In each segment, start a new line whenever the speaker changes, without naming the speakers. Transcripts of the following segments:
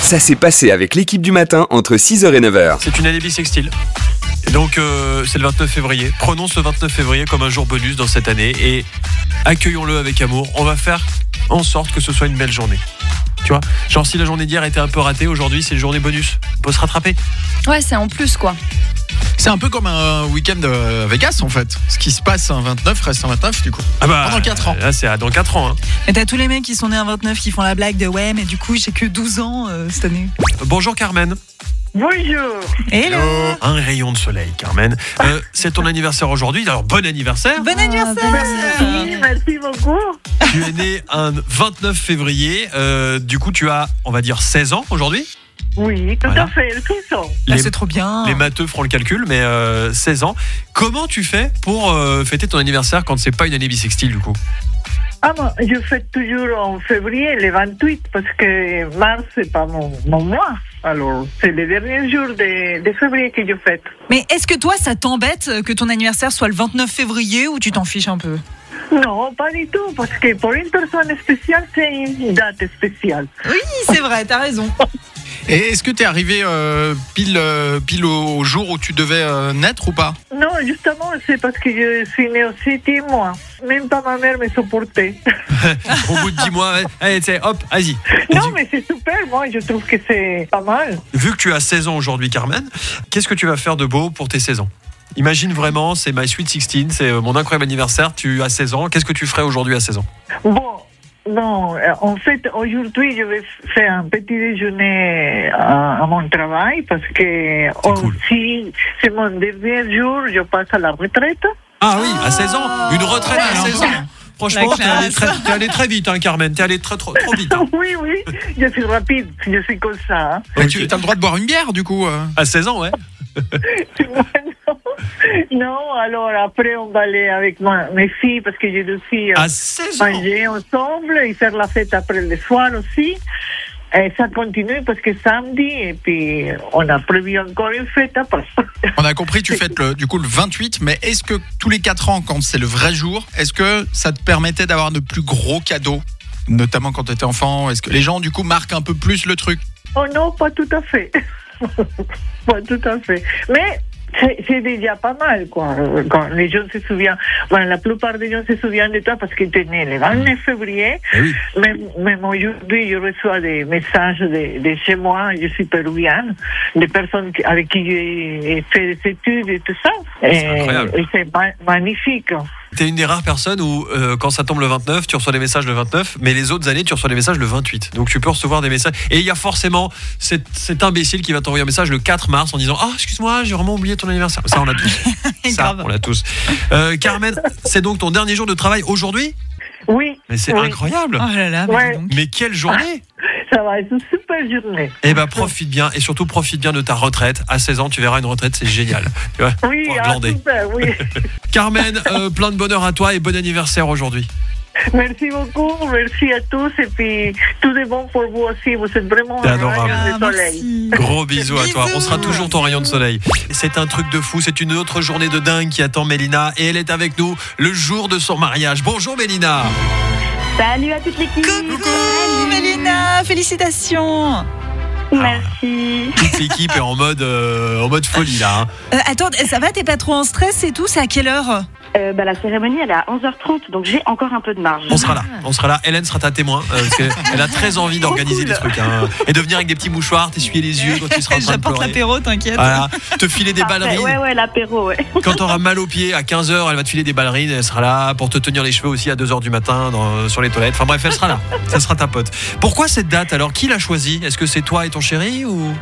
Ça s'est passé avec l'équipe du matin entre 6h et 9h.
C'est une année bissextile. Et Donc euh, c'est le 29 février. Prenons ce 29 février comme un jour bonus dans cette année et accueillons-le avec amour. On va faire en sorte que ce soit une belle journée. Tu vois Genre si la journée d'hier était un peu ratée, aujourd'hui c'est une journée bonus. On peut se rattraper.
Ouais, c'est en plus quoi.
C'est un peu comme un week-end euh, à Vegas en fait. Ce qui se passe un 29 reste un 29 du coup.
Ah bah,
Pendant quatre ans.
Là c'est à- dans 4 ans. hein.
Mais t'as tous les mecs qui sont nés un 29 qui font la blague de ouais, mais du coup, j'ai que 12 ans euh, cette année. Eh,
Bonjour Carmen.
Bonjour.
Hello
Un rayon de soleil Carmen. Euh, c'est ton anniversaire aujourd'hui. Alors bon anniversaire.
Bah.
Bon anniversaire Ah,
Oui, merci beaucoup.
Tu es né un 29 février. Euh, du coup tu as on va dire 16 ans aujourd'hui.
Oui, tout
Voilà.
à fait, tout ça.
Ah,
Les-
C'est trop bien
Les matheux feront le calcul, mais euh, 16 ans. Comment tu fais pour euh, fêter ton anniversaire quand c'est pas une année bissextile du coup
Ah, moi, je fête toujours en février, le 28, parce que mars, c'est pas mon, mon mois. Alors, c'est le dernier jour de, de février que je fête.
Mais est-ce que toi, ça t'embête euh, que ton anniversaire soit le 29 février ou tu t'en fiches un peu
Non, pas du tout, parce que pour une personne spéciale, c'est une date spéciale.
Oui, c'est vrai, t'as raison.
Et est-ce que t'es arrivé euh, pile, euh, pile au, au jour où tu devais euh, naître ou pas
Non, justement, c'est parce que je suis née au city, moi. Même pas ma mère me supportait.
Au bout de 10 mois, ouais, allez, tu sais, hop, vas-y. Et
Non,
du-
mais c'est super, moi, je trouve que c'est pas mal.
Vu que tu as 16 ans aujourd'hui, Carmen, qu'est-ce que tu vas faire de beau pour tes 16 ans Imagine vraiment, c'est My Sweet 16, c'est euh, mon incroyable anniversaire, tu as 16 ans, qu'est-ce que tu ferais aujourd'hui à 16 ans
Bon, non, euh, en fait, aujourd'hui, je vais f- faire un petit déjeuner euh, à, à mon travail parce que
cool.
aussi, c'est mon dernier jour, je passe à la retraite.
Ah oui, à 16 ans Une retraite à 16 ans Franchement,
La
t'es allé,
classe.
très, t'es allé très vite, hein, Carmen, t'es allé très, trop, trop vite. hein.
oui, oui, je suis rapide, je suis comme ça. hein.
Bah,
Mais
tu-
Tu as le droit de boire une bière du coup euh.
À 16 ans, ouais.
Non, alors après, on va aller avec ma- mes filles parce que j'ai deux filles
À 16 ans
manger ensemble et faire la fête après le soir aussi. Et ça continue parce que samedi, et puis on a prévu encore une fête après.
On a compris, tu fêtes le, du coup le 28, mais est-ce que tous les 4 ans, quand c'est le vrai jour, est-ce que ça te permettait d'avoir de plus gros cadeaux Notamment quand tu étais enfant, est-ce que les gens du coup marquent un peu plus le truc
Oh non, pas tout à fait. pas tout à fait. Mais c'est c'est déjà pas mal, quoi. Quand les gens se souviennent, Bon, la plupart des gens se souviennent de toi parce que tu es né le 29 février.
Eh oui.
Même, même aujourd'hui, je reçois des messages de, de chez moi, je suis péruvienne, des personnes qui- avec qui j'ai fait des études et tout ça. Et-
incroyable.
et C'est ma- magnifique.
T'es une des rares personnes où, euh, quand ça tombe le 29, tu reçois des messages le 29, mais les autres années, tu reçois des messages le 28. Donc tu peux recevoir des messages. Et il y a forcément cet, cet imbécile qui va t'envoyer un message le 4 mars en disant Ah, excuse-moi, j'ai vraiment oublié ton anniversaire. Ça, on l'a tous. ça,
Grave.
on l'a tous. Euh, Carmen, c'est donc ton dernier jour de travail aujourd'hui
Oui,
Mais c'est
Oui.
incroyable
Oh là là, mais
Ouais.
dis donc.
Mais quelle journée
ça va être une super journée.
Eh ben, profite bien. Et surtout, profite bien de ta retraite. À 16 ans, tu verras une retraite, c'est génial. Tu vois
Oui,
Oh,
ah,
blindé.
super, oui.
Carmen, euh, plein de bonheur à toi et bon anniversaire aujourd'hui.
Merci beaucoup, merci à tous et puis tout de bon pour vous aussi. Vous êtes vraiment
T'es adorable.
un
Ah,
rayon de soleil.
merci.
Gros bisous à toi. On
Bisous.
sera toujours ton rayon de soleil. C'est un truc de fou. C'est une autre journée de dingue qui attend Mélina. Et elle est avec nous le jour de son mariage. Bonjour Mélina.
Salut à toute l'équipe.
Coucou Mélina, félicitations
Merci.
Toute l'équipe est en mode, euh, en mode folie là. hein.
Euh, Attends, ça va, t'es pas trop en stress et tout, c'est à quelle heure
Euh, bah, la cérémonie, elle est à 11h30, donc j'ai encore un peu de marge.
On sera là. On sera là. Hélène sera ta témoin. euh, parce que elle a très envie d'organiser des trucs. hein. Et de venir avec des petits mouchoirs, t'essuyer les yeux quand tu seras en train de
J'apporte
pleurer.
l'apéro, t'inquiète.
Voilà. Te filer des
Parfait.
ballerines.
Ouais, ouais, l'apéro, ouais.
Quand t'auras mal aux pieds à 15h, elle va te filer des ballerines, elle sera là pour te tenir les cheveux aussi à 2h du matin dans- sur les toilettes. Enfin bref, elle sera là. Ça sera ta pote. Pourquoi cette date alors Qui l'a choisie Est-ce que c'est toi et ton chéri ou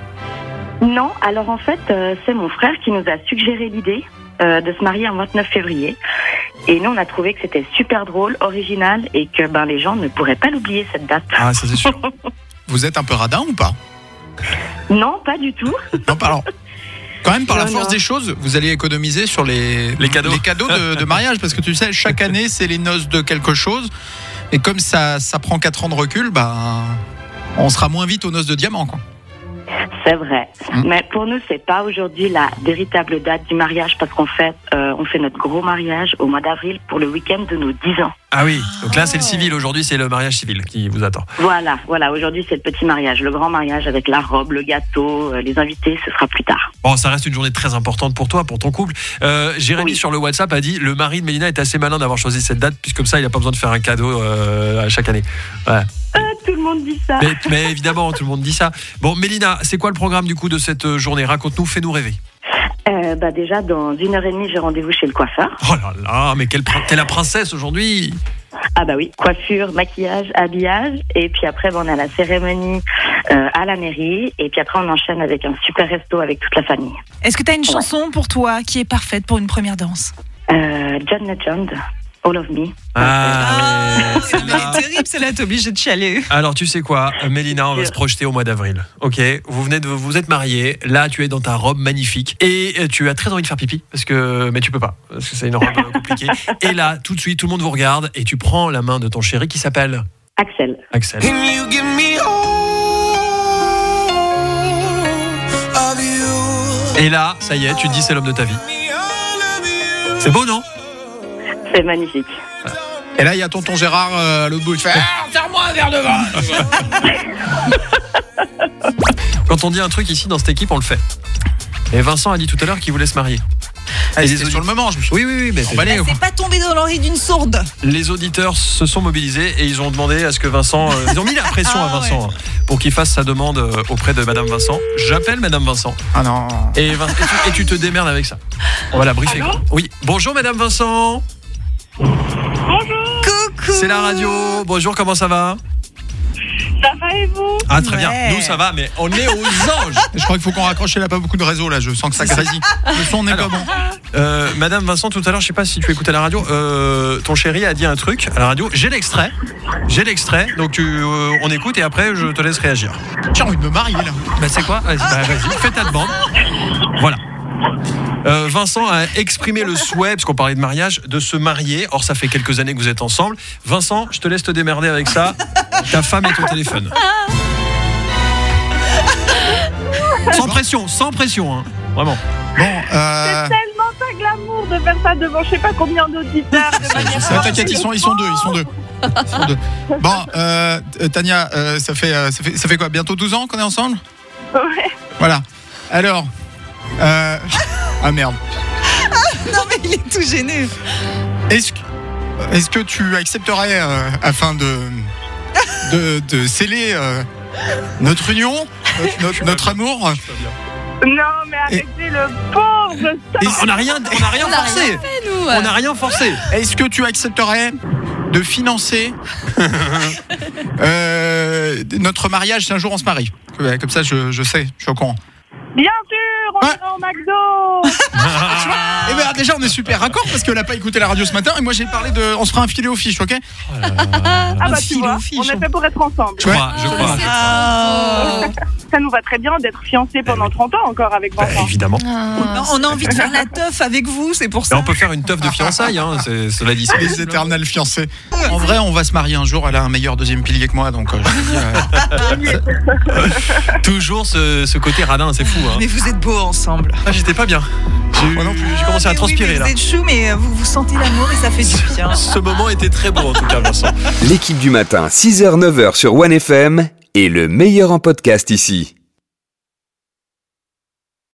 Non, alors en fait, euh, c'est mon frère qui nous a suggéré l'idée euh, de se marier un 29 février. Et nous, on a trouvé que c'était super drôle, original, et que ben, les gens ne pourraient pas l'oublier, cette date.
Ah, ça c'est sûr.
Vous êtes un peu radin ou pas
Non, pas du tout.
Non, pardon. Quand même, par la
Non,
force
non.
des choses, vous allez économiser sur les,
Les cadeaux.
de, de mariage. Parce que tu sais, chaque année, c'est les noces de quelque chose. Et comme ça, ça prend 4 ans de recul, bah, on sera moins vite aux noces de diamant. Quoi.
C'est vrai.
Mm.
Mais pour nous, c'est pas aujourd'hui la véritable date du mariage parce qu'on fait, euh, on fait notre gros mariage au mois d'avril pour le week-end de nos 10 ans.
Ah oui, donc là c'est le civil, aujourd'hui c'est le mariage civil qui vous attend.
Voilà, voilà. Aujourd'hui, c'est le petit mariage, le grand mariage avec la robe, le gâteau, euh, les invités, ce sera plus tard.
Bon, ça reste une journée très importante pour toi, pour ton couple. Euh, Jérémy
Oui.
sur le WhatsApp a dit le mari de Mélina est assez malin d'avoir choisi cette date, puisque comme ça il n'a pas besoin de faire un cadeau euh, à chaque année.
Tout le monde dit ça.
Mais, mais évidemment, tout le monde dit ça. Bon, Mélina, c'est quoi le programme du coup de cette euh, journée Raconte-nous, fais-nous rêver.
Euh, bah déjà, dans une heure et demie, j'ai rendez-vous chez le coiffeur.
Oh là là, mais quelle prin- t'es la princesse aujourd'hui
Ah bah oui, coiffure, maquillage, habillage. Et puis après, bah, on a la cérémonie euh, à la mairie. Et puis après, on enchaîne avec un super resto avec toute la famille.
Est-ce que tu as une chanson pour toi qui est parfaite pour une première danse
Euh, John Legend, All of Me.
Ah, ouais,
c'est
celle-là.
terrible, celle-là, t'es obligée de chialer.
Alors tu sais quoi, euh, Mélina, on va se projeter au mois d'avril. Ok, vous venez de vous êtes mariés. Là, tu es dans ta robe magnifique et euh, tu as très envie de faire pipi parce que mais tu peux pas parce que c'est une robe euh, compliquée. Et là, tout de suite, tout le monde vous regarde et tu prends la main de ton chéri qui s'appelle
Axel.
Axel.
And you give me all of you.
Et là, ça y est, tu te dis c'est l'homme de ta vie.
Me all of you.
C'est beau, non
C'est magnifique.
Et là, il y a tonton Gérard euh, à l'autre bout. Il fait Ah, Serre-moi un verre de vin
Quand on dit un truc ici dans cette équipe, on le fait. Et Vincent a dit tout à l'heure qu'il voulait se marier.
Ah,
Et
C'était
les
sur le moment, je me suis
Oui, oui, oui, mais
emballé. quoi.
C'est pas tombé dans l'oreille d'une sourde.
les auditeurs se sont mobilisés et ils ont demandé à ce que Vincent. euh, ils ont mis la pression à
Ah,
Vincent hein, pour qu'il fasse sa demande euh, auprès de Madame Vincent. J'appelle Madame Vincent
Ah non.
et, Vin- et tu, et tu te démerdes avec ça. On va la briefer.
Allô
oui. Bonjour Madame Vincent.
Coucou.
C'est la radio. Bonjour. Comment ça va
Ça va et vous
Ah très bien.
Ouais.
Nous ça va, mais on est aux anges.
Je crois qu'il faut qu'on raccroche, il a pas beaucoup de réseau là, je sens que ça grésille. Le son n'est pas bon.
Euh, Madame Vincent, tout à l'heure, je sais pas si tu écoutes à la radio, euh, ton chéri a dit un truc à la radio. J'ai l'extrait. J'ai l'extrait. Donc tu, euh, on écoute et après je te laisse réagir.
J'ai envie de me marier là.
Bah c'est quoi Vas-y, bah, vas-y, fais ta demande. Voilà. Euh, Vincent a exprimé le souhait, parce qu'on parlait de mariage, de se marier. Or, ça fait quelques années que vous êtes ensemble. Vincent, je te laisse te démerder avec ça. Ta femme est au téléphone. Sans pression, sans pression, hein. Vraiment.
Bon, euh.
Tellement pas glamour de faire ça devant je sais pas combien d'auditeurs. de manière
ça, T'inquiète, ils sont, ils sont deux, ils sont deux. Ils sont deux. Bon, euh, Tania, euh, ça, fait, euh, ça, fait, ça fait quoi Bientôt 12 ans qu'on est ensemble
Ouais.
Voilà. Alors. Euh... Ah merde.
Ah, Non, mais il est tout gêné.
Est-ce que, est-ce que tu accepterais, euh, afin de, de, de sceller euh, notre union, notre, notre- notre amour,
Non, mais arrêtez le pauvre
Et Ah on n'a rien, on n'a rien forcé. On n'a rien forcé.
est-ce que tu accepterais de financer euh, notre mariage si un jour on se marie Ouais, Comme ça, je, je sais, je suis au courant.
Bien sûr, on
Ouais.
ira au McDo
Ah,
Eh ben, déjà, on est super raccord parce qu'elle n'a pas écouté la radio ce matin et moi j'ai parlé de. On se fera un filet aux fiches, ok
Ah bah
Un
tu
fil hein.
vois,
aux fiches.
on est fait pour être ensemble.
Je crois, je crois.
Ça nous va très bien d'être fiancés
Eh
pendant 30 ans encore avec
Bah,
Vincent.
évidemment.
Ah.
Non, on a envie de faire la teuf avec vous, c'est pour
Mais
ça.
on peut faire une teuf de fiançailles, hein. c'est- Cela dit, c'est
Les
possible.
éternels fiancés. Ah. En vrai, on va se marier un jour. Elle a un meilleur deuxième pilier que moi, donc. euh, je dis, euh,
Toujours ce, ce côté radin, c'est fou. Hein.
Mais vous êtes beaux ensemble. Ah,
Ah, j'étais pas bien. J'ai eu-
Moi non plus.
j'ai commencé à
Mais oui,
transpirer
mais
là.
Vous êtes chou, mais euh, vous, vous sentez l'amour et ça fait du bien.
Ce moment était très beau en tout cas, Vincent.
L'équipe du matin, 6h-9h sur 1FM et le meilleur en podcast ici.